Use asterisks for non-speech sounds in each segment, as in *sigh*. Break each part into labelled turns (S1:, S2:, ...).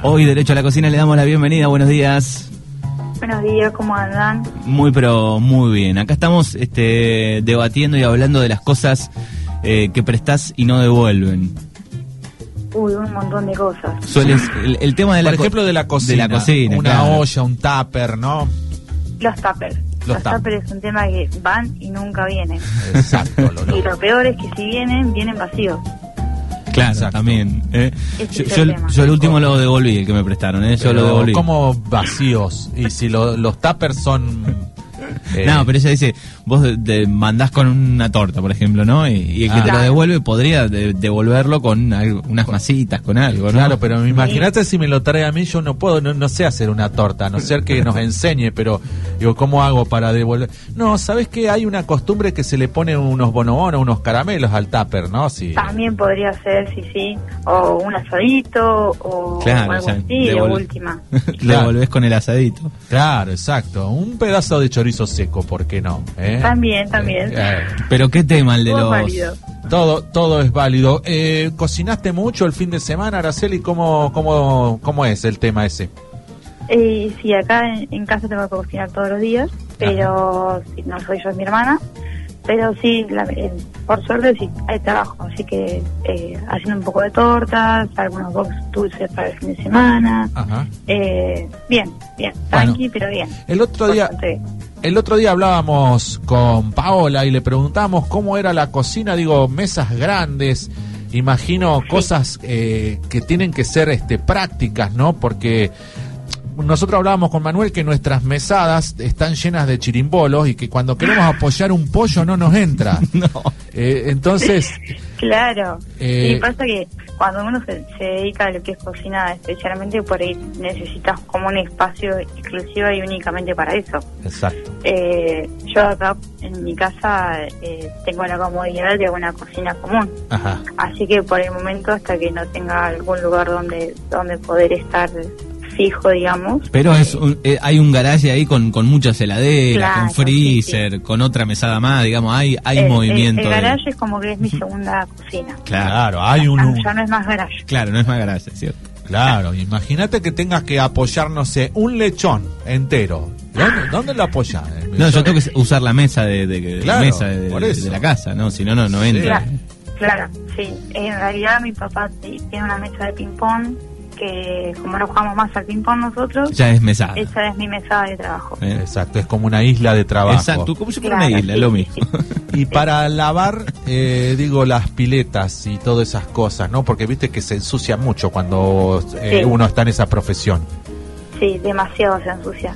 S1: Hoy Derecho a la Cocina le damos la bienvenida, buenos días.
S2: Buenos días, ¿cómo andan?
S1: Muy pero muy bien. Acá estamos este, debatiendo y hablando de las cosas eh, que prestás y no devuelven.
S2: Uy, un montón de cosas.
S1: Sueles, el, el tema de la
S3: Por
S1: co-
S3: ejemplo, de la cocina.
S1: de la cocina,
S3: Una
S1: claro.
S3: olla, un tupper, ¿no?
S2: Los tuppers.
S3: Los
S2: Los
S3: tuppers.
S2: tuppers es un tema que van y nunca vienen.
S3: Exacto,
S1: *laughs*
S3: lo
S2: Y lo peor es que si vienen, vienen vacíos.
S1: Claro,
S3: Exacto.
S1: también. eh. Yo,
S2: Ese Este es
S1: yo
S2: el
S1: el-
S2: tema.
S1: yo el último lo devolví, el que me prestaron, eh, yo lo devolví.
S3: Como vacíos. Y si lo- los tuppers son.
S1: *laughs*
S3: eh,
S1: No, pero ella dice, vos de- de- mandás con una torta, por ejemplo, ¿no? Y, y el que te
S3: Ah.
S1: lo
S2: Claro.
S1: devuelve podría de- devolverlo con algo- unas masitas, con algo, ¿no?
S3: Claro,
S1: *laughs*
S3: pero imagínate si me lo trae a mí, yo no puedo, no, no sé hacer una torta, a no ser que nos enseñe, pero digo, ¿cómo hago para devolver? No, ¿sabes qué? Hay una costumbre que se le pone unos bonobonos, unos caramelos al tupper, ¿no? Sí.
S2: También podría ser, sí, sí, o un asadito, o
S1: Claro,
S2: algo
S1: o sea,
S2: así, de
S1: devol-
S2: última.
S1: *laughs* Devolvés con el asadito.
S3: Claro, exacto. Un pedazo de chorizo seco, ¿por qué no? eh?
S2: También, también.
S3: Eh,
S1: Pero qué tema el de
S2: Todo
S1: los...
S2: válido.
S3: Todo, todo es válido. Eh, ¿Cocinaste mucho el fin de semana, Araceli? ¿Cómo, cómo, cómo es el tema ese?
S2: Eh, sí, acá en, en casa tengo que cocinar todos los días, pero sí, no soy yo, es mi hermana. Pero sí, la- eh, por suerte sí, hay trabajo, así que eh, haciendo un poco de tortas, algunos box dulces para el fin de semana.
S3: Ajá.
S2: Eh, bien, bien, tranqui, pero bien.
S3: El otro día,
S2: Bastante bien.
S3: el otro día hablábamos con Paola y le preguntamos cómo era la cocina, digo, mesas grandes, imagino cosas eh, que tienen que ser este, prácticas, ¿no? Porque nosotros hablábamos con Manuel que nuestras mesadas están llenas de chirimbolos y que cuando queremos apoyar un pollo *laughs* no nos entra.
S1: No.
S3: Eh, entonces,
S2: Claro.
S3: Eh,
S2: y pasa que cuando uno se, se dedica a lo que es cocina, especialmente por ahí necesitas como un espacio exclusivo y únicamente para eso.
S3: exacto.
S2: Eh, yo acá en mi casa eh, tengo la comodidad de una cocina común.
S3: Ajá.
S2: Así que por el momento, hasta que no tenga algún lugar donde, donde poder estar fijo, digamos.
S1: Pero es un- eh, hay un garaje ahí con, con muchas heladeras,
S2: Claro,
S1: con freezer, con otra mesada más, digamos, hay, hay
S2: el- el-
S1: movimiento.
S2: El,
S1: de-
S2: garage es como que es mi segunda cocina.
S1: Claro,
S3: hay un,
S2: Ah, Ya no es más garage.
S1: claro, no es más garaje, es ¿cierto?
S3: Claro, imagínate que tengas que apoyar, no sé, un lechón entero. ¿Dónde, dónde lo apoyas?
S1: No, yo tengo que usar la mesa de, de- de- la
S3: Claro,
S1: mesa de, de-
S3: por eso.
S1: de la casa, ¿no? Si no, no, no entra.
S2: Claro, claro, sí. En realidad mi papá t- tiene una mesa de ping-pong que como no jugamos más al ping-pong nosotros,
S1: Ya es mesada.
S2: esa es mi mesa de trabajo.
S1: ¿eh?
S3: Exacto, es como una isla de trabajo.
S1: Exacto, como si fuera una
S2: Claro,
S1: isla,
S2: sí,
S1: lo
S2: sí,
S1: mismo.
S3: Y para lavar, eh, digo, las piletas y todas esas cosas, ¿no? Porque viste que se ensucia mucho cuando eh,
S2: Sí.
S3: uno está en esa profesión.
S2: Sí, demasiado se ensucia.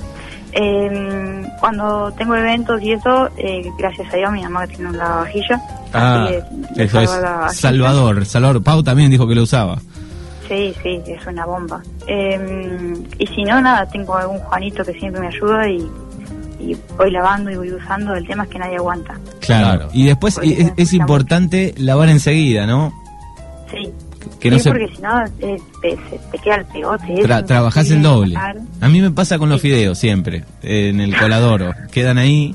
S2: Eh, cuando tengo eventos y eso, eh, gracias a Dios mi mamá tiene un lavavajilla.
S3: Ah,
S2: así que
S1: Eso
S2: me
S1: es
S2: salva la vajilla.
S1: Salvador, Salvador. Pau también dijo que lo usaba.
S2: Sí, sí, es una bomba. Eh, y si no, nada, tengo algún Juanito que siempre me ayuda y, y voy lavando y voy usando. El tema es que nadie aguanta.
S3: Claro.
S1: Y después
S2: Porque
S1: es, es
S2: la-
S1: importante lavar enseguida, ¿no?
S2: Sí.
S1: Que no
S2: Sí,
S1: se
S2: porque si no, eh, te, se- te queda el pegote. es
S1: tra- trabajás el
S2: imposible
S1: doble.
S2: sacar.
S1: A mí me pasa con los
S2: Sí.
S1: fideos siempre, eh, en el coladoro. Quedan ahí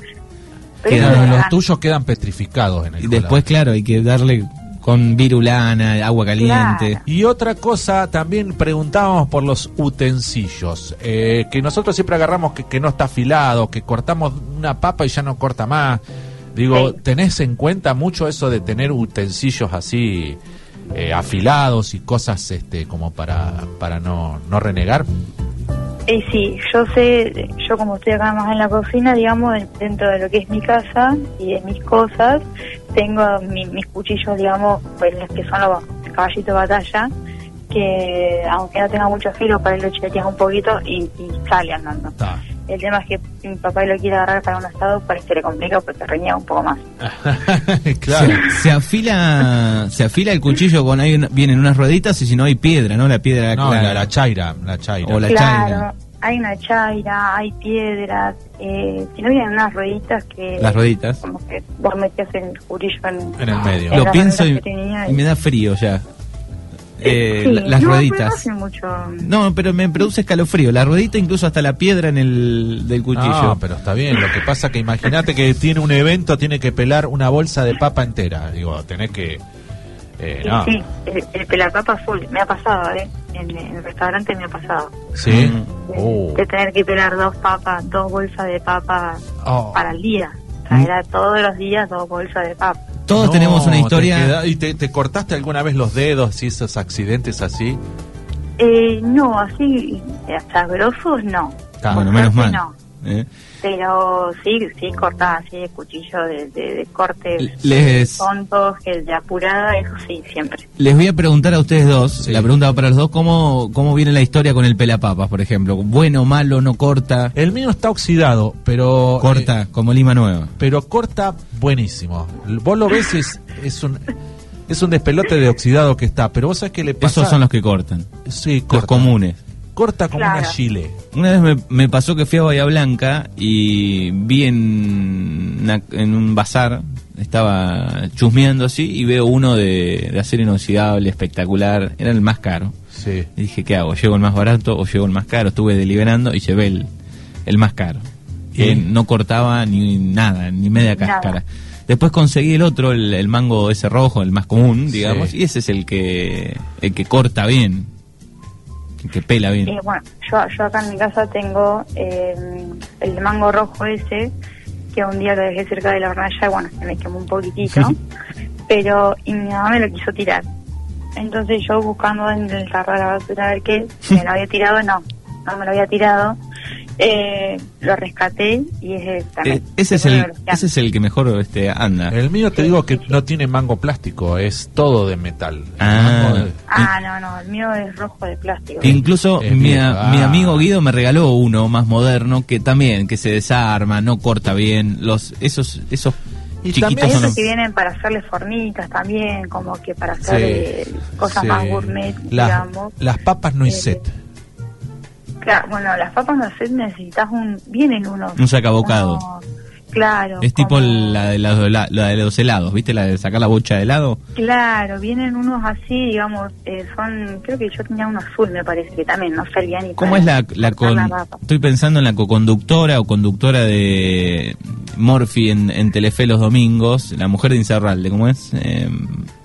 S2: Pero
S1: Quedan
S2: es
S3: Claro,
S2: verdad.
S3: los tuyos quedan petrificados en el
S1: y después,
S3: colador.
S1: claro, hay que darle con virulana, agua caliente.
S2: Claro.
S3: Y otra cosa, también preguntábamos por los utensilios, eh, que nosotros siempre agarramos que, que no está afilado, que cortamos una papa y ya no corta más. Digo,
S2: Sí.
S3: ¿tenés en cuenta mucho eso de tener utensilios así eh, afilados y cosas este como para, para no, no renegar?
S2: Y sí, yo sé, yo como estoy acá más en la cocina, digamos, dentro de lo que es mi casa y de mis cosas, tengo mi- mis cuchillos, digamos, pues los que son los caballitos de batalla, que aunque no tenga mucho filo, para él lo chileteas un poquito y, y sale andando.
S3: Está. *laughs*
S2: El tema es que si mi papá lo quiere agarrar para un asado, parece que le complica porque te reñía un poco más.
S3: claro. *laughs*
S1: Se, se afila se afila el cuchillo con ahí una- vienen unas rueditas y si no hay piedra, ¿no? La piedra
S3: No,
S1: clara.
S3: la, la chaira, la chaira.
S1: O la
S2: claro,
S1: chaira.
S2: hay una chaira, hay piedras, eh, si no vienen unas rueditas que...
S1: las rueditas.
S2: como que vos metías el cuchillo en,
S3: En el medio.
S2: en
S1: Lo
S2: las
S1: pienso y,
S2: rueditas que tenía
S1: y me da frío ya. Eh,
S2: Sí,
S1: la- las
S2: no, pero no
S1: rueditas.
S2: hace mucho.
S1: No, pero me produce escalofrío. La ruedita, incluso hasta la piedra en el del cuchillo.
S3: No, Ah, pero está bien. Lo que pasa que imagínate que tiene un evento, tiene que pelar una bolsa de papa entera. Digo, tenés que eh,
S1: Eh,
S2: Sí,
S1: no.
S2: sí, el, el pelapapa full, me ha pasado, ¿eh? En, en el restaurante me ha pasado.
S3: Sí.
S1: Mm.
S2: De,
S3: Oh.
S2: de tener que pelar dos papas, dos bolsas de papa
S3: Oh.
S2: para el día. O sea,
S1: Mm.
S2: era todos los días dos bolsas de papa.
S1: Todos
S3: No,
S1: tenemos una
S3: te
S1: historia.
S3: queda- ¿Y te, te cortaste alguna vez los dedos y esos accidentes así?
S2: Eh, no, así, eh, hasta grosos no.
S1: Ah,
S3: Ah,
S1: bueno,
S2: Por
S1: menos mal.
S2: suerte, no.
S1: Eh,
S2: Pero sí, sí cortaba así de cuchillo, de, de, de cortes
S1: Les,
S2: tontos, que de apurada, eso sí, siempre.
S1: les voy a preguntar a ustedes dos,
S3: Sí.
S1: la pregunta va para los dos, ¿cómo, ¿cómo viene la historia con el pelapapas, por ejemplo? ¿Bueno, malo, no corta?
S3: El mío está oxidado, pero... eh,
S1: Corta, como Lima Nueva.
S3: pero corta buenísimo. Vos lo ves, es, es un... Es un despelote de oxidado que está, pero vos sabés que le pasa...
S1: Esos son los que cortan,
S3: Sí,
S1: los
S3: corta.
S1: comunes.
S3: Corta como
S2: Claro.
S3: una chile.
S1: Una vez me, me pasó que fui a Bahía Blanca y vi en, una- en un bazar, estaba chusmeando así y veo uno de, de acero inoxidable, espectacular, era el más caro.
S3: Sí.
S1: Y dije, ¿qué hago? ¿Llevo el más barato o llevo el más caro? Estuve deliberando y llevé el, el más caro. Que
S3: ¿Y?
S1: no cortaba ni nada, ni media
S2: Nada.
S1: cáscara. Después conseguí el otro, el, el mango ese rojo, el más común, digamos,
S3: Sí.
S1: y ese es el que, el que corta bien, el que pela bien.
S2: Eh, bueno, yo, yo acá en mi casa tengo eh, el mango rojo ese, que un día lo dejé cerca de la hornalla y bueno, se me quemó un poquitito, pero y mi mamá me lo quiso tirar. Entonces yo buscando en el tarro de la basura a ver qué, si me lo había tirado, no, no me lo había tirado. Eh, lo rescaté y es
S1: Eh,
S2: también.
S1: ese, es
S2: uno
S1: el,
S2: de los que
S1: ese es el que mejor este, anda.
S3: El mío te digo que no tiene mango plástico, es todo de metal. El
S1: Ah.
S3: mango de-
S2: Ah, no, no, el mío es rojo de plástico.
S1: Incluso
S3: Es
S1: mi,
S3: viejo,
S1: a- mi
S3: ah.
S1: amigo Guido me regaló uno más moderno que también, que se desarma, no corta bien, los esos esos
S3: Y
S1: chiquitos
S3: también
S1: son
S2: Esos
S1: los-
S2: que vienen para hacerle fornitas también, como que para hacer eh, cosas
S3: sí.
S2: más gourmet,
S3: Las-
S2: digamos. Eh,
S3: Las papas noiset.
S2: Claro, bueno, las papas no sé, necesitas un... Vienen unos...
S1: Un sacabocado.
S2: unos- claro.
S1: Es tipo
S2: como-
S1: la de, los, la, la de los helados, ¿viste? La de sacar la bocha de helado.
S2: Claro, vienen unos así, digamos, eh, son... Creo que yo tenía uno azul, me parece, que también no servía ni
S1: ¿Cómo
S2: para
S1: es la, la
S2: cortar
S1: con-
S2: la papa.
S1: Estoy pensando en la coconductora o conductora de Morphy en, en Telefe los domingos, la mujer de Incerralde, ¿cómo es? Eh,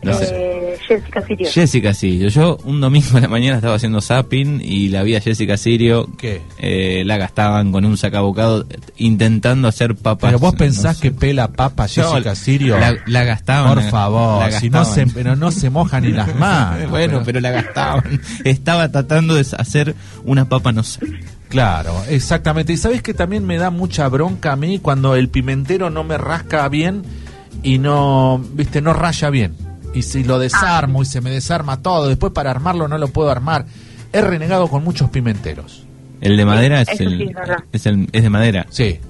S1: no sé.
S2: Eh, Jessica Sirio.
S1: Jessica Sirio. Yo un domingo en la mañana estaba haciendo zapping y la vi a Jessica Sirio.
S3: ¿Qué?
S1: eh, la gastaban con un sacabocado eh, intentando hacer papas.
S3: Pero vos
S1: no
S3: pensás
S1: sé.
S3: que pela papa
S1: No,
S3: Jessica Sirio.
S1: La, la gastaban.
S3: Por
S1: la-
S3: favor,
S1: la
S3: si no se,
S1: gastaban.
S3: pero no se moja
S1: *laughs*
S3: ni las manos.
S1: Bueno, pero la gastaban. Estaba tratando de hacer unas papas, no sé.
S3: Claro, exactamente. Y sabes que también me da mucha bronca a mí cuando el pimentero no me rasca bien y no, viste, no raya bien. Y si lo desarmo y se me desarma todo, después para armarlo no lo puedo armar. He renegado con muchos pimenteros.
S1: El de madera es
S2: eso
S1: el,
S2: sí es verdad.
S1: es el- es de madera.
S3: Sí,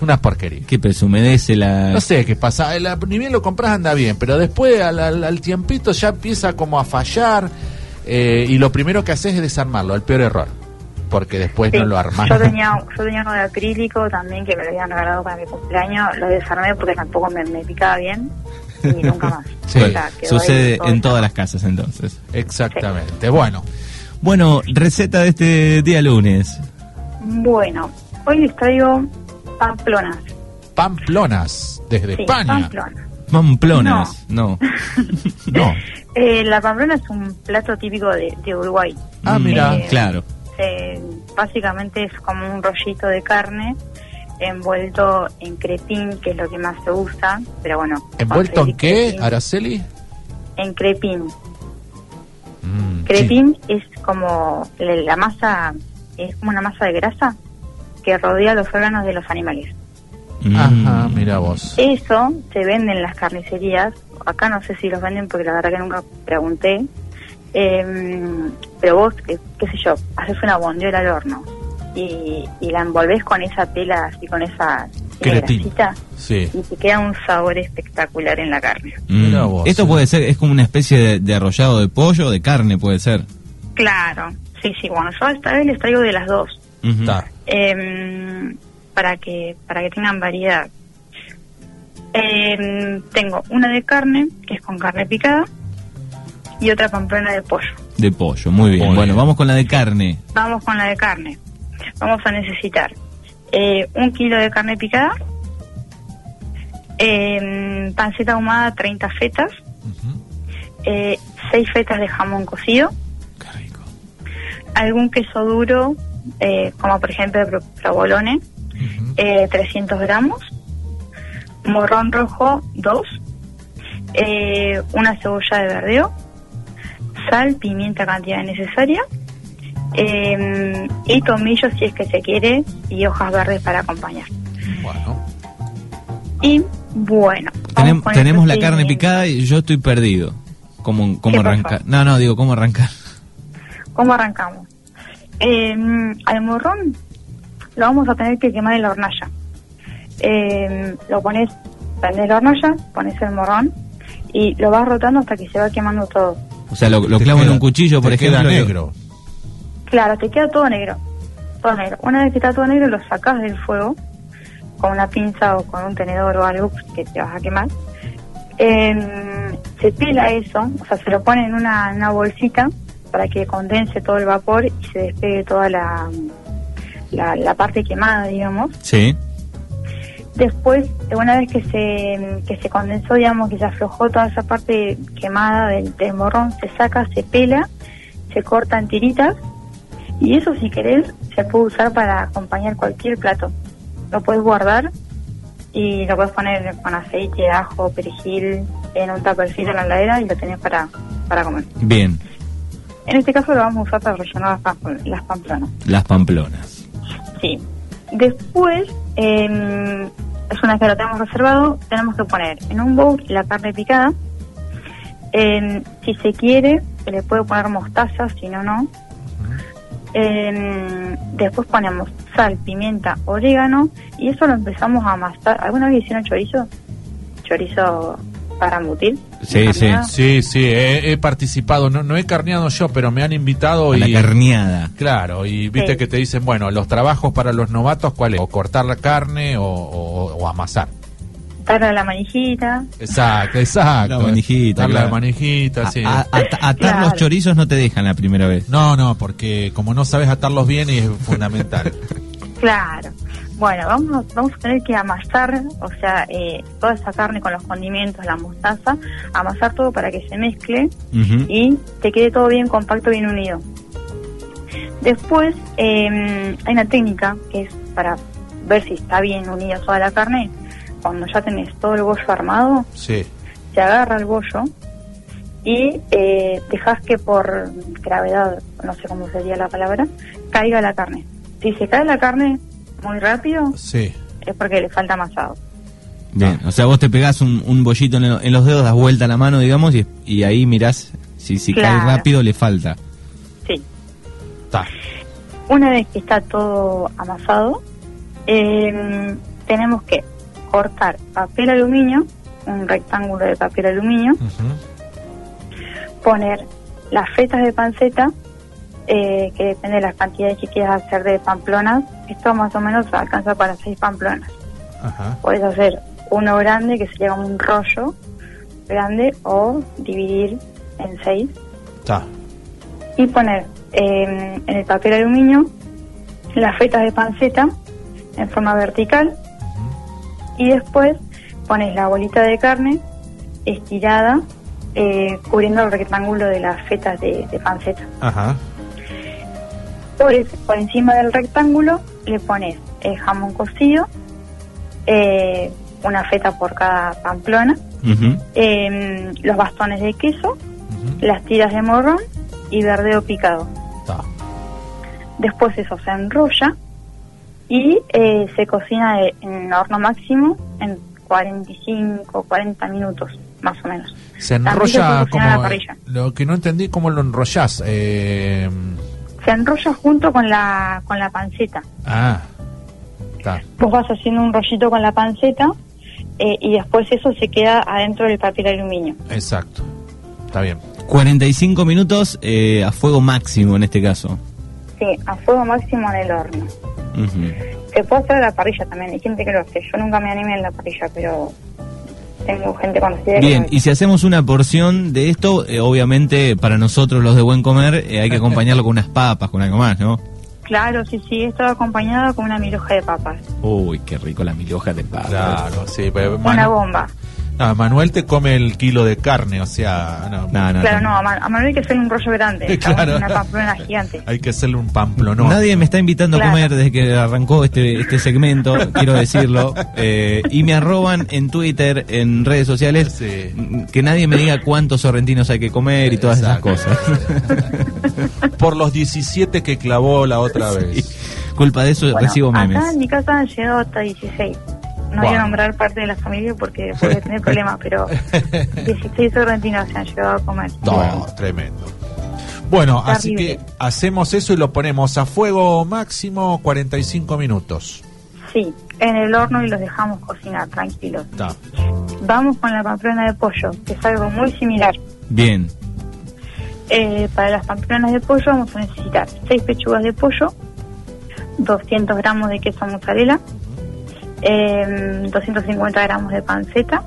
S3: una porquería.
S1: Que pues humedece la.
S3: No sé qué pasa, el- ni bien lo compras anda bien, pero después al, al- al tiempito ya empieza como a fallar eh, y lo primero que haces es desarmarlo, el peor error, porque después
S2: Sí,
S3: no lo armas.
S2: Yo tenía, yo tenía uno de acrílico también que me lo habían regalado para mi cumpleaños. Lo desarmé porque tampoco me, me picaba bien
S3: *laughs*
S2: y nunca más.
S3: Sí,
S2: O sea, quedó ahí
S1: Sucede
S2: todo
S1: en
S2: el-
S1: todas las casas entonces.
S3: Exactamente, bueno.
S1: Bueno, receta de este día lunes.
S2: Bueno, hoy les traigo pamplonas.
S3: Pamplonas, desde
S2: Sí,
S3: España.
S2: pamplonas.
S1: Pamplonas. No.
S2: *laughs*
S3: No.
S2: Eh, la pamplona es un plato típico de, de Uruguay.
S3: Ah,
S1: Mm,
S3: mira.
S1: Claro.
S2: Eh, básicamente es como un rollito de carne envuelto en crepín, que es lo que más se usa. Pero bueno.
S3: ¿Envuelto en
S2: conseguí
S3: qué,
S2: crepín.
S3: Araceli?
S2: En crepín.
S3: Mm, sí.
S2: Crepín es como la, la masa, es como una masa de grasa que rodea los órganos de los animales.
S3: Ajá,
S1: Mm.
S3: mira vos.
S2: Eso se vende en las carnicerías. Acá no sé si los venden porque la verdad que nunca pregunté. Em, pero vos, eh, qué sé yo, haces una bondiola al horno y, y la envolvés con esa tela así, con esa tiene
S1: Crepín.
S2: grasita
S3: Sí.
S2: y te queda un sabor espectacular en la carne.
S1: Mm.
S3: Mirá vos, eh.
S1: Esto
S3: sí.
S1: puede ser, es como una especie de, de arrollado de pollo o de carne, puede ser.
S2: Claro, sí, sí, bueno, yo esta vez les traigo de las dos.
S1: Ujú.
S3: Está.
S2: em, para que para que tengan variedad. Em, tengo una de carne, que es con carne picada, y otra pamplona de pollo.
S1: De pollo, muy bien.
S3: Muy
S1: bueno,
S3: bien.
S1: vamos con la de carne.
S2: Vamos con la de carne. Vamos a necesitar eh, un kilo de carne picada, em, panceta ahumada 30 fetas,
S3: Ujú.
S2: eh, seis fetas de jamón cocido,
S3: Qué rico.
S2: algún queso duro, eh, como por ejemplo pro- provolone,
S3: Ujú.
S2: eh, 300 gramos, morrón rojo 2, eh, una cebolla de verdeo, sal, pimienta cantidad necesaria eh, y tomillo si es que se quiere y hojas verdes para acompañar.
S3: Bueno,
S2: Y bueno, vamos
S1: Tenem-
S2: con el
S1: tenemos la carne
S2: procedimiento.
S1: picada y yo estoy perdido. ¿Cómo,
S2: ¿Qué
S1: cómo
S2: pasó?
S1: arrancar? No, no, digo, ¿cómo arrancar?
S2: ¿Cómo arrancamos? Eh, al morrón lo vamos a tener que quemar en la hornalla. Eh, lo pones, prendes la hornalla, pones el morrón y lo vas rotando hasta que se va quemando todo.
S1: O sea, lo, lo
S3: Te
S1: clavo en
S3: queda-
S1: un cuchillo,
S3: te
S1: por
S3: queda
S1: ejemplo. y lo-
S3: negro.
S2: Claro, te queda todo negro. Todo negro. Una vez que está todo negro, lo sacas del fuego con una pinza o con un tenedor o algo que te vas a quemar. Eh, se pela eso, o sea, se lo pone en una, en una bolsita para que condense todo el vapor y se despegue toda la, la, la parte quemada, digamos.
S1: Sí.
S2: Después, una vez que se, que se condensó, digamos, que se aflojó toda esa parte quemada del, del morrón, se saca, se pela, se corta en tiritas y eso si querés se puede usar para acompañar cualquier plato. Lo puedes guardar y lo puedes poner con aceite, ajo, perejil, en un tapercito en la heladera y lo tenés para, para comer.
S1: Bien,
S2: En este caso lo vamos a usar para rellenar las, pam- las pamplonas.
S1: las pamplonas.
S2: Sí. Después, eh, es una vez que lo tenemos reservado, tenemos que poner en un bowl la carne picada. Eh, si se quiere, se le puede poner mostaza, si no, no. Eh, después ponemos sal, pimienta, orégano y eso lo empezamos a amasar. ¿Alguna vez hicieron chorizo? Chorizo para embutir.
S1: Sí, sí,
S2: Empanada.
S3: Sí, sí, he, he participado. No, no he carneado yo, pero me han invitado
S1: A la
S3: y.
S1: carneada.
S3: Claro, y viste
S2: Sí.
S3: que te dicen, bueno, los trabajos para los novatos, ¿cuál es? O cortar la carne o, o- o amasar.
S2: Tarda la manijita.
S3: Exacto, exacto.
S1: La manijita,
S3: Darle a la
S1: claro.
S3: manijita, sí.
S1: A- a- at- atar
S2: Claro.
S1: los chorizos no te dejan la primera vez.
S3: No, no, porque como no sabes atarlos bien es
S1: *laughs*
S3: fundamental.
S2: Claro. Bueno, vamos, vamos a tener que amasar, o sea, eh, toda esa carne con los condimentos, la mostaza, amasar todo para que se mezcle
S1: Ujú.
S2: y te quede todo bien compacto, bien unido. Después eh, hay una técnica que es para ver si está bien unida toda la carne. Cuando ya tenés todo el bollo armado,
S3: sí.
S2: se agarra el bollo y eh, dejas que por gravedad, no sé cómo sería la palabra, caiga la carne. Si se cae la carne muy rápido,
S3: Sí,
S2: es porque le falta amasado.
S1: Bien, o sea, vos te pegás un, un bollito en, el- en los dedos, das vuelta a la mano, digamos, y, y ahí mirás si, si
S2: Claro.
S1: cae rápido le falta.
S2: Sí.
S3: está.
S2: Una vez que está todo amasado, eh, tenemos que cortar papel aluminio, un rectángulo de papel aluminio,
S3: Ujú.
S2: poner las fetas de panceta, eh, que depende de las cantidades que quieras hacer de pamplonas. Esto más o menos alcanza para seis pamplonas.
S3: Ajá.
S2: Puedes hacer uno grande, que sería como un rollo grande, o dividir en seis
S3: Está.
S2: y poner eh, en el papel aluminio las fetas de panceta en forma vertical
S3: Ujú.
S2: y después pones la bolita de carne estirada eh, cubriendo el rectángulo de las fetas de, de panceta.
S3: Ajá.
S2: Por, es- por encima del rectángulo le pones el jamón cocido, eh, una feta por cada pamplona,
S1: Ujú.
S2: eh, los bastones de queso,
S3: Ujú.
S2: las tiras de morrón y verdeo picado.
S3: Está.
S2: Después eso se enrolla y eh, se cocina de- en horno máximo en 45, 40 minutos, más o menos.
S3: Se
S2: También se
S3: enrolla
S2: puede cocinar a la
S3: como...
S2: parrilla.
S3: Lo que no entendí, ¿cómo lo enrollás? Eh,
S2: Se enrolla junto con la, con la panceta.
S3: ah, está.
S2: Vos vas haciendo un rollito con la panceta eh, y después eso se queda adentro del papel aluminio.
S3: Exacto. Está bien.
S1: 45 minutos eh, a fuego máximo en este caso.
S2: Sí, a fuego máximo en el horno.
S1: Ujú.
S2: Se puede hacer a la parrilla también, hay gente que lo hace. Yo nunca me animé en la parrilla, pero tengo gente conocida que
S1: Bien,
S2: lo-
S1: y si hacemos una porción de esto, eh, obviamente para nosotros los de buen comer eh, hay que acompañarlo con unas papas, con algo más, ¿no?
S2: Claro, sí, sí, estaba acompañada con una miroja de papas.
S1: Uy, qué rico la miloja de papas.
S3: Claro, sí. pero-
S2: Una
S3: Manu-
S2: bomba.
S3: No, Manuel te come el kilo de carne, o sea, no,
S1: No, no,
S2: claro,
S1: no.
S2: no, a, Man- a Manuel hay que hacerle un rollo grande.
S1: *laughs*
S2: estamos
S3: Claro.
S2: en una pamplona gigante.
S3: hay que hacerle un pamplonón.
S1: Nadie me está invitando a
S2: Claro.
S1: comer desde que arrancó este, este segmento, quiero decirlo. Eh, y me arroban en Twitter, en redes sociales,
S3: Sí.
S1: mm, que nadie me diga cuántos sorrentinos hay que comer y todas esas
S3: Exacto.
S1: cosas. *laughs*
S3: Por los 17 que clavó
S1: *laughs*
S3: la otra vez.
S1: Culpa de eso
S2: Bueno,
S1: recibo memes.
S2: Acá en mi casa han llegado hasta 16. No voy
S3: Wow.
S2: a nombrar parte de la familia porque voy a tener problemas,
S1: *laughs*
S2: pero 16 sorrentinos se han llegado a comer.
S3: No, tremendo. Bueno,
S2: Está
S3: así
S2: horrible.
S3: que hacemos eso y lo ponemos a fuego máximo 45 minutos.
S2: Sí, en el horno y los dejamos cocinar, tranquilos.
S3: Está.
S2: Vamos con la pamplona de pollo, que es algo muy similar.
S1: Bien,
S2: Eh, para las pamplonas de pollo vamos a necesitar 6 pechugas de pollo, 200 gramos de queso mozzarella, eh, 250 gramos de panceta,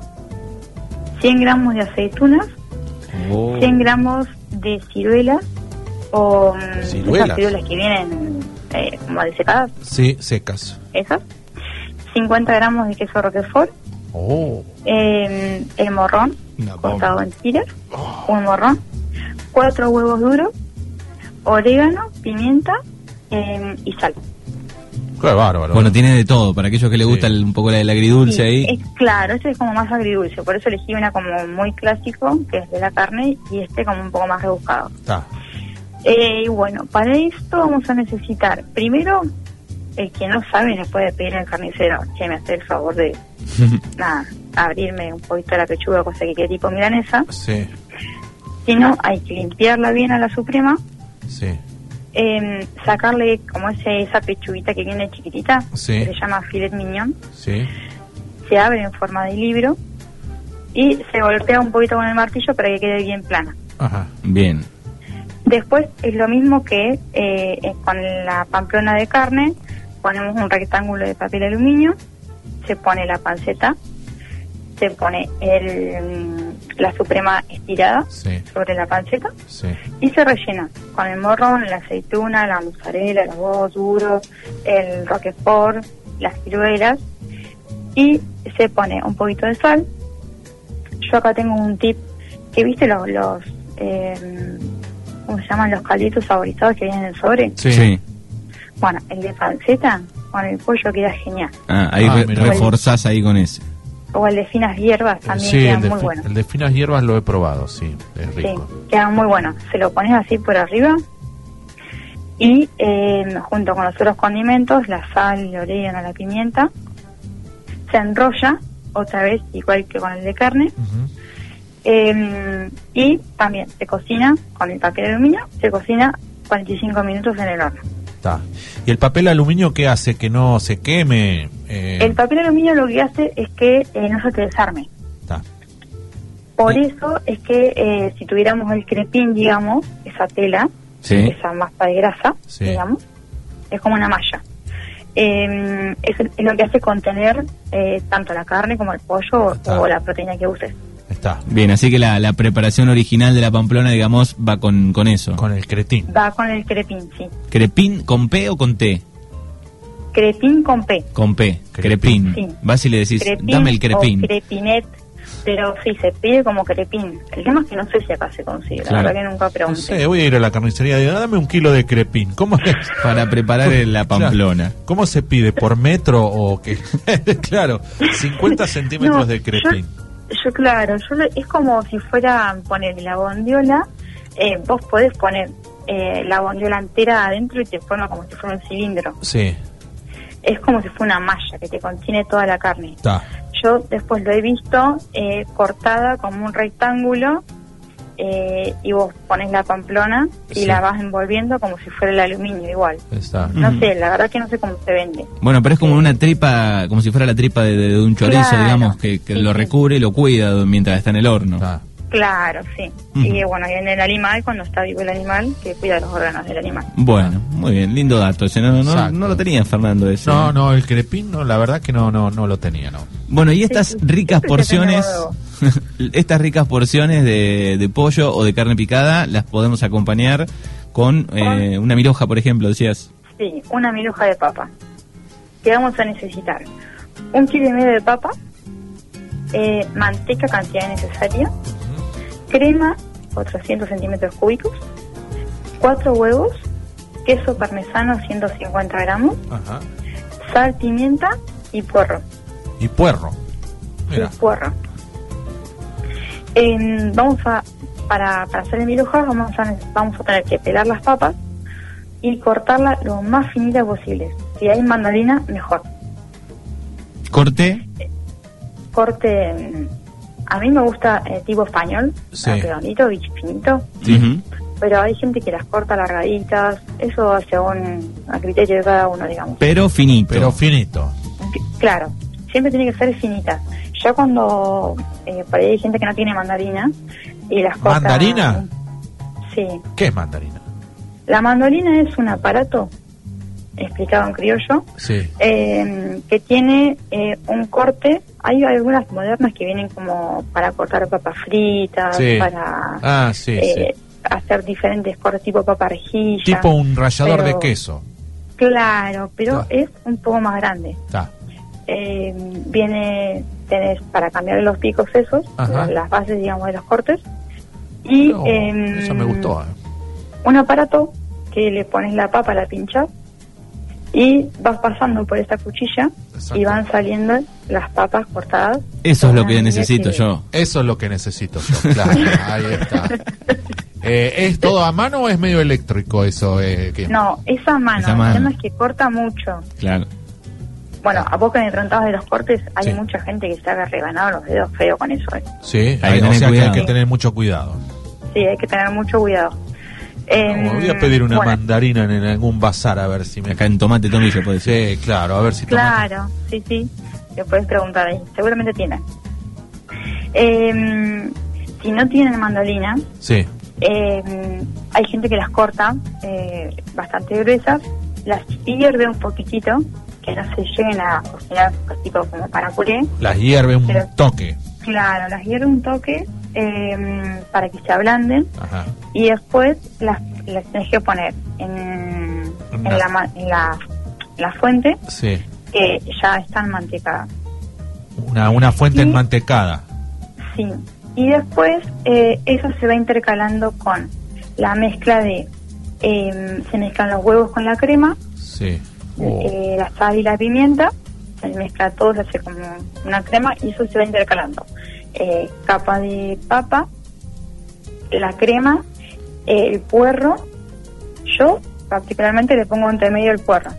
S2: 100 gramos de aceitunas,
S1: Oh.
S2: 100 gramos de ciruelas o mm,
S3: Ciruelas.
S2: esas ciruelas que vienen eh, como disecadas,
S3: Sí, secas.
S2: esas, 50 gramos de queso roquefort,
S3: Oh,
S2: eh, el morrón
S1: Una Oh.
S2: cortado en tiras, un morrón, cuatro huevos duros, orégano, pimienta eh, y sal.
S3: qué bárbaro.
S1: Bueno, tiene de todo. Para aquellos que les
S3: Sí.
S1: gusta el- un poco la del agridulce
S2: Sí,
S1: ahí.
S2: Es claro, este es como más agridulce, por eso elegí una como muy clásico, que es de la carne, y este como un poco más rebuscado.
S3: *laughs* Está.
S2: Eh, y bueno, para esto vamos a necesitar, primero, el que no sabe le puede pedir al carnicero, que me hace el favor de, nada, abrirme un poquito la pechuga, cosa que quede tipo milanesa.
S3: Sí,
S2: Si no, hay que limpiarla bien a la suprema,
S3: sí.
S2: eh, sacarle como ese, esa pechuguita que viene chiquitita,
S3: Sí.
S2: que se llama filet mignon,
S3: Sí,
S2: se abre en forma de libro y se golpea un poquito con el martillo para que quede bien plana.
S3: ajá.
S1: Bien.
S2: Después es lo mismo que eh, eh, con la pamplona de carne, ponemos un rectángulo de papel aluminio, se pone la panceta, se pone el, mm, la suprema estirada
S3: Sí,
S2: sobre la panceta
S3: sí.
S2: y se rellena con el morrón, la aceituna, la mozzarella, los huevos duros, el roquefort, las ciruelas y se pone un poquito de sal. Yo acá tengo un tip que viste los, los eh, ¿cómo se llaman? Los calditos saborizados que vienen en el sobre.
S3: Sí.
S2: Bueno, el de panceta con el pollo queda genial.
S1: Ah, ahí
S3: Ah,
S1: re-
S3: mirá.
S1: reforzás ahí con ese.
S2: O el de finas hierbas también
S3: Sí,
S2: queda
S3: el de,
S2: muy
S3: fi-
S2: bueno.
S3: el de finas hierbas lo he probado, sí, es
S2: Sí,
S3: rico.
S2: queda muy bueno. Se lo pones así por arriba y eh, junto con los otros condimentos, la sal, el orégano, la pimienta, se enrolla otra vez igual que con el de carne
S3: Ujú.
S2: eh, y también se cocina con el papel aluminio, se cocina 45 minutos en el horno.
S3: Está. ¿Y el papel aluminio qué hace? Que no se queme. Eh,
S2: El papel aluminio lo que hace es que eh, no se te desarme.
S3: está.
S2: Por eso es que eh, si tuviéramos el crepín, digamos, esa tela,
S1: Sí.
S2: esa masa de grasa,
S3: Sí.
S2: digamos, es como una malla. Eh, es, es lo que hace contener eh, tanto la carne como el pollo o-
S3: Está.
S2: o la proteína que uses.
S3: Está.
S1: Bien, así que la, la preparación original de la pamplona, digamos, va con, con eso.
S3: Con el cretín.
S2: Va con el crepín, sí.
S1: ¿Crepín con P o con T?
S2: Crepín con P.
S1: Con P.
S3: Crepín.
S1: Crepín.
S2: Sí.
S1: Vas y le decís,
S2: Crepín
S1: dame el
S2: O
S1: crepín.
S2: crepinet. Pero sí, se pide como crepín. El tema es que no sé si acá se consigue.
S1: Claro.
S2: La verdad que nunca
S3: No
S2: pregunté.
S3: sé, voy a ir a la carnicería y digo, dame un kilo de crepín. ¿Cómo es?
S1: Para preparar el- la pamplona.
S3: Claro. ¿Cómo se pide? ¿Por metro o qué? *laughs* claro, 50 centímetros
S2: No,
S3: de crepín.
S2: Yo, yo, claro, yo lo- es como si fuera poner la bondiola, eh, vos podés poner eh, la bondiola entera adentro y te forma como si fuera un cilindro.
S3: Sí,
S2: Es como si fuera una malla que te contiene toda la carne.
S3: está.
S2: Yo después lo he visto eh, cortada como un rectángulo eh, y vos pones la pamplona y
S3: Sí.
S2: la vas envolviendo como si fuera el aluminio igual.
S3: Está.
S2: No
S1: Ujú.
S2: sé, la verdad que no sé cómo se vende.
S1: Bueno, pero es como una tripa, como si fuera la tripa de, de un chorizo,
S2: Claro.
S1: digamos, que, que
S2: Sí,
S1: lo
S2: sí.
S1: recubre y lo cuida mientras está en el horno.
S3: está.
S2: Claro, sí.
S1: Ujú.
S2: Y eh, bueno, y en el animal, cuando está vivo el animal, que cuida los órganos del animal.
S1: Bueno, muy bien, lindo dato. ese, No, no,
S3: Exacto.
S1: no lo tenía Fernando ese. ¿eh?
S3: No, no, el crepín, no, la verdad que no, no, no lo tenía, no.
S1: Bueno, y estas
S2: Sí, Este sí,
S1: ricas
S2: siempre se tenía
S1: porciones, *laughs* estas ricas porciones de, de pollo o de carne picada, las podemos acompañar con eh, una miroja, por ejemplo, decías.
S2: Sí, una miruja de papa. Que vamos a necesitar un kilo y medio de papa, eh, manteca cantidad necesaria, crema 400 centímetros cúbicos, 4 huevos, queso parmesano 150 gramos,
S3: Ajá.
S2: sal, pimienta y puerro.
S3: Y puerro. Mira.
S2: y puerro. En- vamos a, para, para hacer el mil hojas vamos a, vamos a tener que pelar las papas y cortarlas lo más finita posible. Si hay mandolina, mejor.
S1: Corté.
S2: Corte, mm, a mí me gusta eh, tipo español,
S3: Sí.
S2: redondito, bichi finito,
S1: Ujú.
S2: pero hay gente que las corta largaditas, eso según a criterio de cada uno, digamos.
S1: Pero finito.
S3: Pero finito.
S2: Que- Claro, siempre tiene que ser finita. Ya cuando eh, por ahí hay gente que no tiene mandarina y las corta.
S3: ¿Mandarina?
S2: Sí.
S3: ¿Qué es mandarina?
S2: La mandolina es un aparato, explicado en criollo,
S3: Sí.
S2: eh, que tiene eh, un corte. Hay algunas modernas que vienen como para cortar papas fritas,
S3: Sí.
S2: para
S3: Ah, sí, sí.
S2: eh, hacer diferentes cortes, tipo papa rejilla.
S3: Tipo un rallador
S2: pero-
S3: de queso.
S2: Claro, pero
S3: Ah.
S2: es un poco más grande.
S3: Está.
S2: eh, viene tenés para cambiar los picos esos,
S3: Ajá.
S2: las bases digamos de los cortes y
S3: No,
S2: eh,
S3: Oh, eso me gustó. eh.
S2: un aparato que le pones la papa, la pinchas y vas pasando por esta cuchilla
S3: Exacto.
S2: y van saliendo las papas cortadas. Ah,
S1: Eso es
S2: Con
S1: lo
S2: la
S1: que
S2: medida
S1: necesito
S2: que-
S1: yo.
S3: Eso es lo que necesito yo. Claro, ahí está. Eh, ¿Es todo a mano o es medio eléctrico eso? eh, que-
S2: No, esa mano,
S1: Esa
S2: el
S1: mano. Ah.
S2: tema es que corta mucho.
S1: Claro.
S2: Bueno, a poco me preguntabas de los cortes, hay
S3: Sí.
S2: mucha gente que se ha rebanado los dedos feo con eso. eh.
S3: Sí,
S1: Hay
S3: hay,
S1: que
S3: o
S1: tener
S3: sea que hay
S1: cuidado.
S3: que tener mucho cuidado.
S2: Sí, hay que tener mucho cuidado. Eh,
S3: No, voy a pedir una
S2: bueno,
S3: mandarina en, en algún bazar a ver si me
S1: Acá en Tomate Tomillo puede ser.
S3: Sí, claro, a ver si toma-
S2: Claro, sí, sí. Lo puedes preguntar ahí. Seguramente tienen. Eh, si no tienen mandolina,
S3: Sí,
S2: eh, hay gente que las corta eh, bastante gruesas, las hierve un poquitito, que no se lleguen a cocinar tipo como para puré.
S3: las hierve un
S2: Pero-
S3: toque.
S2: Claro, las hierve un toque eh, para que se ablanden
S3: Ajá.
S2: y después las, las tenés que poner en, en
S3: Una-
S2: la, ma- en la, la fuente
S3: Sí,
S2: que ya están mantecadas.
S3: una, una fuente
S2: Y-
S3: enmantecada.
S2: Sí. Y después eh, eso se va intercalando con la mezcla de... eh, se mezclan los huevos con la crema,
S3: Sí. Oh,
S2: eh, la sal y la pimienta, se mezcla todo, se hace como una crema y eso se va intercalando. Eh, capa de papa, la crema, eh, el puerro. Yo particularmente le pongo entre medio el puerro.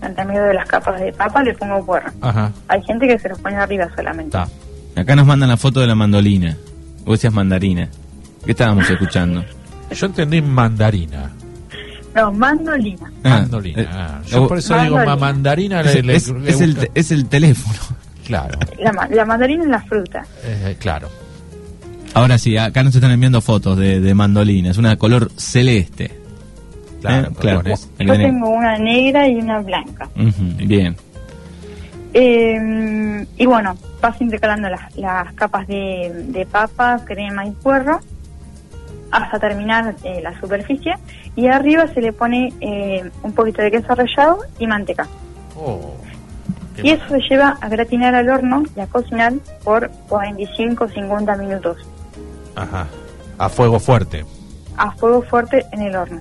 S2: Entre medio de las capas de papa le pongo puerro.
S3: Ajá,
S2: Hay gente que se los pone arriba solamente.
S3: está.
S1: Acá nos mandan la foto de la mandolina. Vos decías mandarina. ¿Qué estábamos
S3: *laughs*
S1: escuchando?
S3: Yo entendí mandarina.
S2: No, mandolina.
S3: Mandolina.
S1: eh,
S3: ah. Yo por eso digo ma- mandarina.
S1: es,
S3: le- le-
S1: es-
S3: le
S1: es el,
S3: gusta-
S1: te- es el teléfono. *laughs*
S3: Claro,
S2: La, ma- la mandarina es la fruta.
S3: eh, claro.
S1: Ahora sí, acá nos están enviando fotos de, de mandolina. Es una de color celeste.
S3: Claro,
S1: ¿Eh? claro.
S3: perdón, es-
S1: Ahí
S2: Yo
S1: tenés.
S2: tengo una negra y una blanca.
S1: Ujú, Bien.
S2: Eh, y bueno, vas intercalando las, las capas de, de papa, crema y puerro hasta terminar eh, la superficie. Y arriba se le pone eh, un poquito de queso rallado y manteca.
S3: Oh, qué
S2: Y eso se lleva a gratinar al horno y a cocinar por 45 50 minutos
S3: ma- Ajá. A fuego fuerte.
S2: a fuego fuerte en el horno.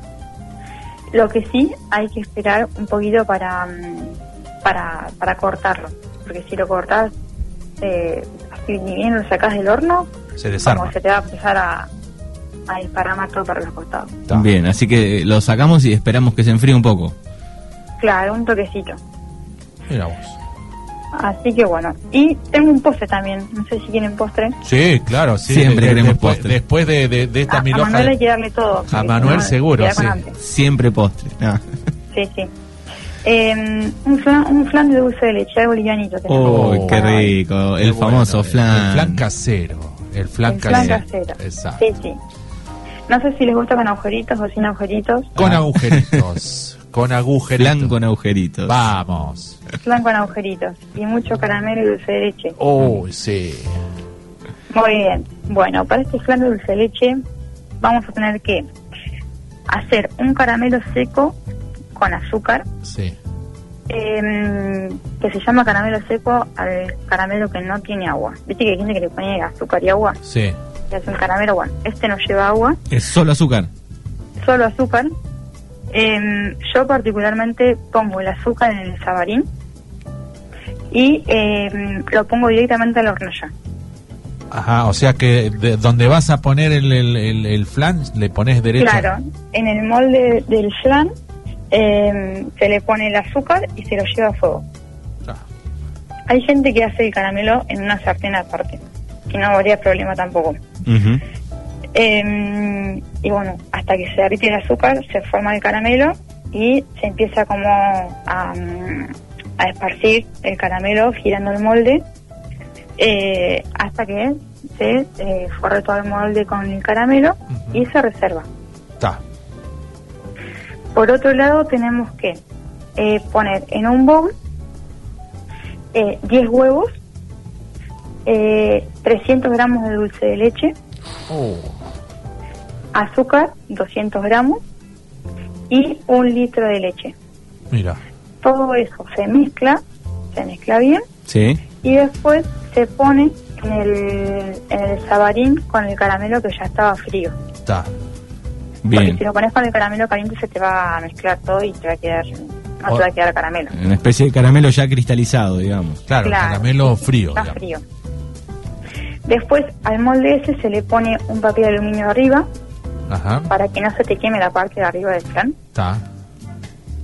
S2: Lo que sí hay que esperar un poquito para, mm, para, para cortarlo, porque si lo cortás eh, así ni bien lo sacás del horno,
S3: Se
S2: como
S3: desarma.
S2: se te va a empezar a, a disparar todo para los costados.
S3: Está.
S1: Bien, así que eh, lo sacamos y esperamos que se enfríe un poco.
S2: Claro, un toquecito.
S3: Mira vos.
S2: Así que bueno, y tengo un postre también, no sé si quieren postre.
S3: Sí, claro, sí.
S1: Siempre queremos
S3: después,
S1: postre.
S3: Después de, de, de esta
S2: A, a
S3: milhoja
S2: Manuel
S3: de-
S2: hay que darle todo. porque si
S3: Manuel
S2: no,
S3: seguro,
S2: queda con
S3: sí.
S2: hambre.
S1: Siempre postre. *laughs* Ah.
S2: Sí, sí. Eh, un, flan, un flan de dulce de leche, algo livianito. que
S1: Oh,
S2: no-
S1: qué
S2: para-
S1: rico. El
S3: Qué bueno,
S1: famoso flan.
S3: El flan casero. El flan
S2: El flan
S3: casero.
S2: casero.
S3: Exacto.
S2: Sí, sí. No sé si les gusta con agujeritos o sin agujeritos.
S3: Con
S1: Ah. *laughs*
S3: agujeritos. con agujeritos.
S1: Flan con agujeritos.
S3: Vamos.
S2: Flan con agujeritos. Y mucho caramelo y dulce de leche.
S3: Oh, sí.
S2: Muy bien. Bueno, para este flan de dulce de leche vamos a tener que hacer un caramelo seco con azúcar,
S3: Sí.
S2: eh, que se llama caramelo seco al caramelo que no tiene agua. Viste que hay gente que le pone azúcar y agua,
S3: Sí.
S2: que hace un caramelo, bueno, este no lleva agua,
S1: Es solo azúcar.
S2: solo azúcar. Eh, yo particularmente pongo el azúcar en el sabarín y eh, lo pongo directamente a la hornalla.
S3: Ajá, o sea que de- donde vas a poner el, el, el- el flan, le pones derecho.
S2: Claro, en el molde del flan eh, se le pone el azúcar y se lo lleva a fuego.
S3: Ah,
S2: Hay gente que hace el caramelo en una sartén aparte, que no habría problema tampoco.
S1: Ujú.
S2: Eh, y bueno, hasta que se derrite el azúcar, se forma el caramelo y se empieza como a, mm, a esparcir el caramelo girando el molde eh, hasta que se eh, forre todo el molde con el caramelo
S3: Ujú.
S2: y se reserva.
S3: Está.
S2: Por otro lado, tenemos que eh, poner en un bowl eh, 10 huevos, eh, 300 gramos de dulce de leche,
S3: Oh,
S2: azúcar 200 gramos y un litro de leche.
S3: mira.
S2: Todo eso se mezcla, se mezcla bien
S1: Sí.
S2: y después se pone en el, en el sabarín con el caramelo que ya estaba frío.
S3: Está.
S2: Porque
S1: Bien.
S2: si lo pones con el caramelo caliente se te va a mezclar todo y te va a quedar, no te va a quedar caramelo.
S1: Una especie de caramelo ya cristalizado, digamos.
S3: Claro,
S2: Claro,
S3: caramelo frío.
S2: Está
S3: digamos.
S2: frío. Después al molde ese se le pone un papel de aluminio arriba
S3: Ajá,
S2: para que no se te queme la parte de arriba del flan.
S3: está.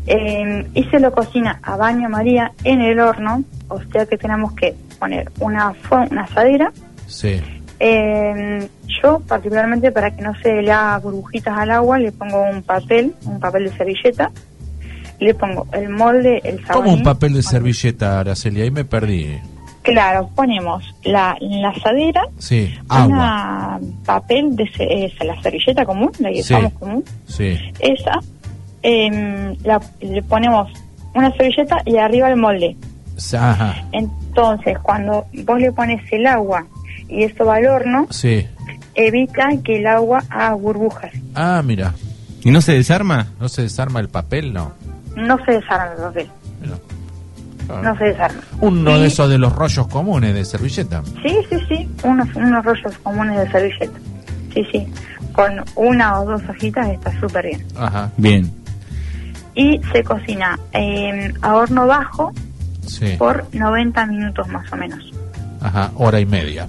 S2: Eh, y se lo cocina a baño María en el horno, o sea que tenemos que poner una, fo- una asadera.
S3: Sí.
S2: Eh, yo particularmente para que no se le haga burbujitas al agua le pongo un papel, un papel de servilleta, le pongo el molde, el sabor.
S3: Como un papel de servilleta, Araceli, ahí me perdí.
S2: Claro, ponemos la, la asadera,
S3: Sí, agua.
S2: una papel de se- eh, la servilleta común, la que
S3: Sí.
S2: usamos común,
S3: Sí,
S2: esa, eh, la- le ponemos una servilleta y arriba el molde.
S3: S- ajá,
S2: Entonces, cuando vos le pones el agua y eso va al horno,
S3: sí.
S2: evita que el agua haga burbujas.
S3: Ah, mira,
S1: ¿Y no se desarma?
S3: no se desarma el papel, no.
S2: No se desarma el papel,
S3: Mira. Ah.
S2: no se desarma.
S3: Uno
S2: Y-
S3: de esos de los rollos comunes de servilleta.
S2: Sí, sí, sí, unos, unos rollos comunes de servilleta. Sí, sí, con una o dos hojitas está súper bien.
S3: Ajá,
S1: Bien.
S2: Y se cocina eh, a horno bajo
S3: sí.
S2: por 90 minutos más o menos.
S3: Ajá, hora y media.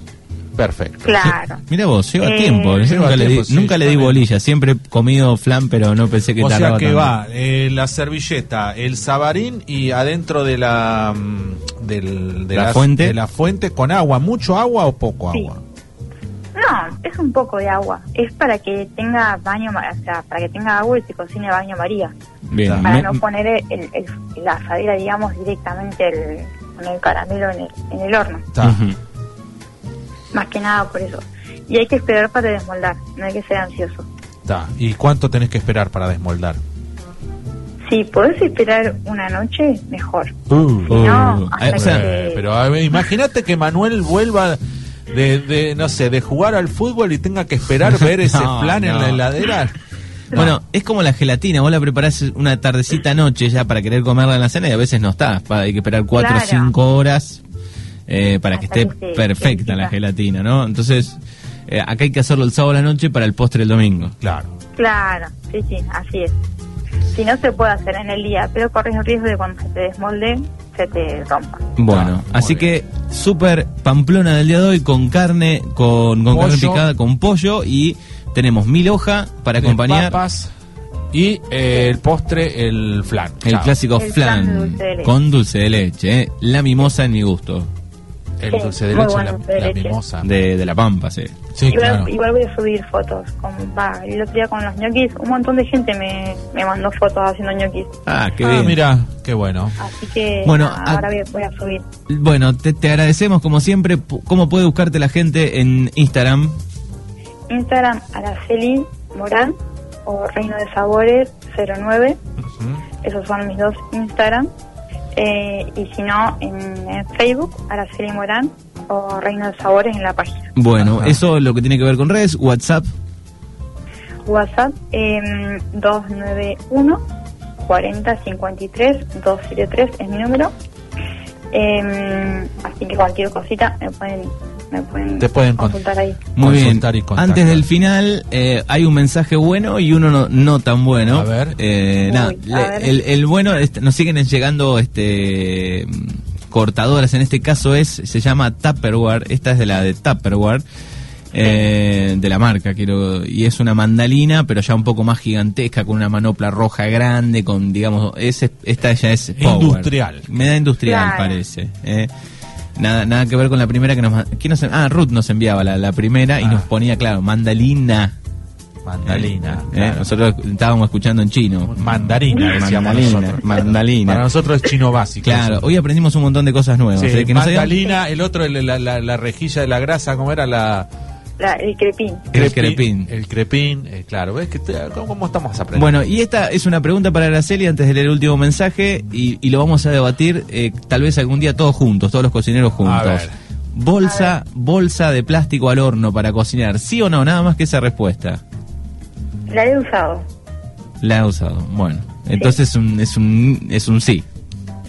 S3: Perfecto.
S2: Claro.
S3: *laughs*
S1: Mira vos, lleva
S2: Eh,
S1: tiempo. Yo
S3: lleva
S1: nunca, le,
S3: tiempo,
S1: di,
S3: sí,
S1: nunca le di
S3: también.
S1: bolilla. Siempre he comido flan, pero no pensé que
S3: O sea
S1: tardaba
S3: que
S1: tanto.
S3: va eh, la servilleta, el sabarín y adentro de la mm, del- de
S1: La fuente.
S3: de la fuente con agua, mucho agua o poco
S2: Sí.
S3: agua.
S2: No, es un poco de agua. Es para que tenga baño, ma- o sea, para que tenga agua y se cocine baño María.
S1: Bien.
S3: Para
S2: para
S1: Me-
S2: no poner el, el- la asadera, digamos, directamente el, con el caramelo en el, en el horno.
S3: Está.
S1: Ujú.
S2: Más que nada por eso. Y hay que esperar para desmoldar, no hay que ser ansioso.
S3: Ta, ¿Y cuánto tenés que esperar para desmoldar?
S2: Si podés esperar una noche, mejor.
S1: Uh,
S2: No, hasta
S1: eh, o sea,
S2: que-
S3: pero a ver, imagínate que Manuel vuelva de, de, no sé, de jugar al fútbol y tenga
S1: *laughs*
S3: que esperar ver ese
S1: No,
S3: plan en
S1: no.
S3: la heladera.
S1: *laughs* Bueno, es como la gelatina, vos la preparás una tardecita noche ya para querer comerla en la cena y a veces no está, pa- hay que esperar cuatro o
S2: Claro.
S1: cinco horas eh, para que
S2: Hasta
S1: esté
S2: que se-
S1: perfecta
S2: se
S1: la
S2: fija.
S1: gelatina, ¿no? Entonces, eh, acá hay que hacerlo el sábado a la noche para el postre el domingo.
S3: Claro.
S2: Claro, sí, sí, así es. Si no se puede hacer en el día, pero corres el riesgo de cuando se te desmolde, se te rompa.
S1: Bueno,
S3: Ah, muy
S1: así
S3: bien.
S1: que súper pamplona del día de hoy con carne, con, con carne
S3: Pollo.
S1: picada, con pollo y tenemos mil hoja para
S3: De
S1: acompañar
S3: papas y eh, el postre, el flan.
S1: el
S3: Chao.
S1: clásico
S2: El
S1: flan,
S2: flan de dulce de leche.
S1: con dulce de leche, eh, la mimosa en mi gusto,
S3: El
S2: Sí,
S3: dulce de
S2: muy
S3: leche,
S2: buen
S3: la,
S2: dulce de
S3: la
S2: leche.
S3: mimosa.
S1: de, de la pampa, sí.
S3: Sí,
S2: igual,
S3: claro.
S2: igual voy a subir fotos. Con, va, el otro día con los ñoquis, un montón de gente me, me mandó fotos haciendo ñoquis.
S1: Ah, qué
S3: Ah,
S1: bien.
S3: mira, qué bueno.
S2: Así que
S1: Bueno,
S2: nada,
S1: a-
S2: ahora voy, voy a subir.
S1: Bueno, te, te agradecemos como siempre. P- ¿Cómo puede buscarte la gente en Instagram?
S2: Instagram Araceli Morán o Reino de Sabores 09.
S3: Ujú.
S2: Esos son mis dos Instagram. Eh, y si no, en, en Facebook, Araceli Morán o Reino de Sabores en la página.
S1: Bueno,
S3: Ajá.
S1: eso es lo que tiene que ver con redes, WhatsApp.
S2: em, WhatsApp eh, 291 40 53 273 es mi número. Eh, así que cualquier cosita me pueden, me pueden,
S3: Te pueden con-
S2: consultar ahí.
S1: Muy bien.
S3: Consultar y contactar.
S1: Antes del final eh, hay un mensaje bueno y uno no, no tan bueno.
S3: A ver.
S1: Eh,
S2: Uy,
S1: nada,
S2: a
S1: le-
S2: ver.
S1: El, el bueno, este, nos siguen llegando este cortadoras. En este caso es se llama Tupperware. Esta es de la de Tupperware. eh, de la marca quiero y es una mandalina pero ya un poco más gigantesca con una manopla roja grande con digamos es, esta ya es power.
S3: Industrial.
S1: me da industrial
S2: Claro.
S1: parece eh. Nada, nada que ver con la primera que nos... ma- ¿quién nos en- ah, Ruth nos enviaba la, la primera y
S3: Ah.
S1: nos ponía, claro, mandalina.
S3: Mandalina.
S1: Eh, Nosotros estábamos escuchando en chino.
S3: Mandarina, decíamos
S1: Mandalina,
S3: nosotros.
S1: mandalina.
S3: Para nosotros es chino básico.
S1: Claro,
S3: eso.
S1: hoy aprendimos un montón de cosas nuevas.
S3: Sí,
S1: eh, que no sabíamos-
S3: mandalina, el otro, el- la, la- la rejilla de la grasa, ¿cómo era la...?
S2: La- el crepín.
S1: El crepín.
S3: El crepín, eh, claro. ¿Ves que te- cómo, cómo estamos aprendiendo?
S1: Bueno, y esta es una pregunta para Araceli antes de leer el último mensaje y, y lo vamos a debatir eh, tal vez algún día todos juntos, todos los cocineros
S3: A ver.
S1: juntos. Bolsa, bolsa de plástico al horno para cocinar, sí o no, nada más que esa respuesta.
S2: La he usado.
S1: La he usado. Bueno, entonces es un, es un, es un sí.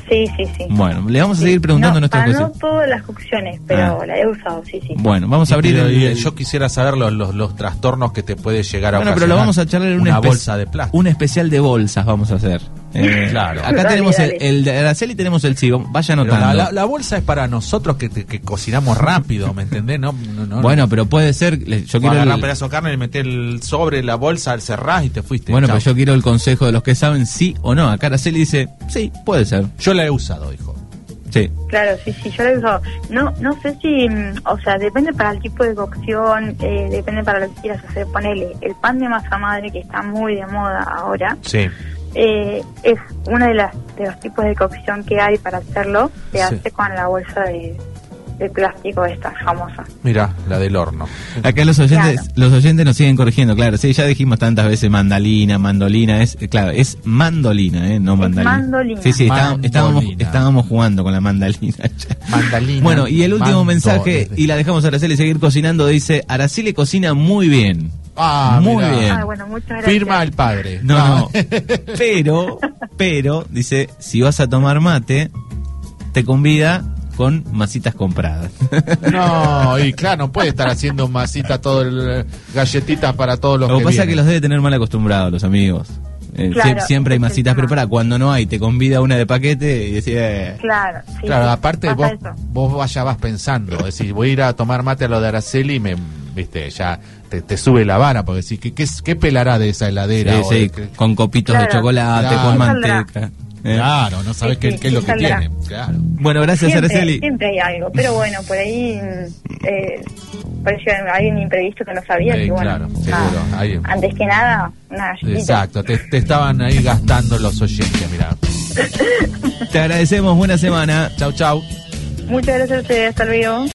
S2: Sí, sí, sí.
S1: Bueno, le vamos a
S2: Sí.
S1: seguir preguntando
S2: No,
S1: a nuestros
S2: para no
S1: cocineros.
S2: todas las cocciones, pero
S1: Ah.
S2: la he usado, sí, sí.
S1: Bueno, vamos a
S3: Y
S1: abrir
S3: te-
S1: el,
S3: y eh, yo quisiera saber los, los, los trastornos que te puede llegar a
S1: Bueno, pero lo
S3: ocasionar
S1: vamos a charlar en un
S3: una
S1: espe-
S3: bolsa de plástico.
S1: Un especial de bolsas vamos a hacer. Eh,
S3: *laughs* Claro.
S1: Acá
S2: Dale,
S1: tenemos el-
S2: dale.
S1: El, de Araceli, tenemos el sí. vamos- Vaya
S3: Pero
S1: anotando.
S3: la, la- la bolsa es para nosotros que, te- que cocinamos rápido, ¿me entendés? No, no, no,
S1: bueno, pero puede ser. le- Yo
S3: Vos
S1: quiero
S3: agarrás
S1: el-
S3: un pedazo de carne y metés el sobre la bolsa, el cerrás y te fuiste.
S1: bueno,
S3: Chau.
S1: pero yo quiero el consejo de los que saben sí o no. Acá Araceli dice sí, puede ser.
S3: Yo la he usado, dijo.
S1: Sí.
S2: Claro, sí, sí, yo la he usado. No, no sé si, mm, o sea, depende para el tipo de cocción, eh, depende para lo que quieras hacer. Ponele, el pan de masa madre, que está muy de moda ahora,
S3: Sí.
S2: eh, es uno de, las, de los tipos de cocción que hay para hacerlo. Se
S3: Sí.
S2: hace con la bolsa de, de plástico esta famosa.
S3: Mira, la del horno.
S1: Acá los oyentes,
S2: Claro.
S1: los oyentes nos siguen corrigiendo, claro. Sí, ya dijimos tantas veces mandalina, mandolina, es eh, claro, es mandolina, eh, no mandalina.
S2: mandolina.
S1: Sí, sí, está-
S3: Mandolina.
S1: estábamos estábamos jugando con la mandalina.
S3: Mandalina.
S1: bueno, y el último
S3: Mando-
S1: mensaje y la dejamos a Araceli seguir cocinando dice, Araceli cocina muy bien.
S3: Ah,
S1: Muy
S3: mirá.
S1: bien.
S2: Ah, bueno, muchas gracias.
S3: Firma el padre.
S1: No,
S3: Ah.
S1: no. Pero, pero dice, si vas a tomar mate, te convida con masitas compradas.
S3: *laughs* No, y claro, no puede estar haciendo masita todo el galletitas para todos los
S1: Lo que
S3: que
S1: pasa es que los
S3: vienen.
S1: debe tener mal acostumbrados los amigos. Eh, sie-
S2: Claro,
S1: siempre hay
S2: es el
S1: masitas
S2: tema.
S1: preparadas. Cuando no hay, te convida una de paquete y decís, eh,
S2: Claro, sí,
S3: Claro,
S2: sí,
S3: aparte
S2: pasa
S3: vos,
S2: eso.
S3: vos vaya vas pensando, es decir, voy a ir a tomar mate a lo de Araceli y me, viste, ya te, te sube la vara, porque decís, ¿qué, qué, qué pelará de esa
S1: eh,
S3: heladera?
S1: sí,
S3: o
S1: sí,
S3: de qué?
S1: con copitos de
S2: Claro.
S1: chocolate,
S3: este. Claro.
S1: con
S2: Saldrá.
S1: manteca. Eh.
S3: Claro, no sabes
S2: Sí,
S3: qué,
S2: sí,
S3: qué es lo que
S2: saldrá.
S3: tiene. Claro.
S1: Bueno, gracias
S2: siempre,
S1: Araceli.
S2: siempre hay algo, pero bueno, por ahí mm, eh, parece que hay un imprevisto que no sabía.
S3: Eh,
S2: y bueno, Ah.
S3: claro, seguro, ahí.
S2: Antes que nada, una galletita.
S3: Exacto, te, te estaban ahí gastando los oyentes, mirá.
S1: Te agradecemos, buena semana.
S3: Chau, chau.
S2: Muchas gracias a ustedes, hasta luego.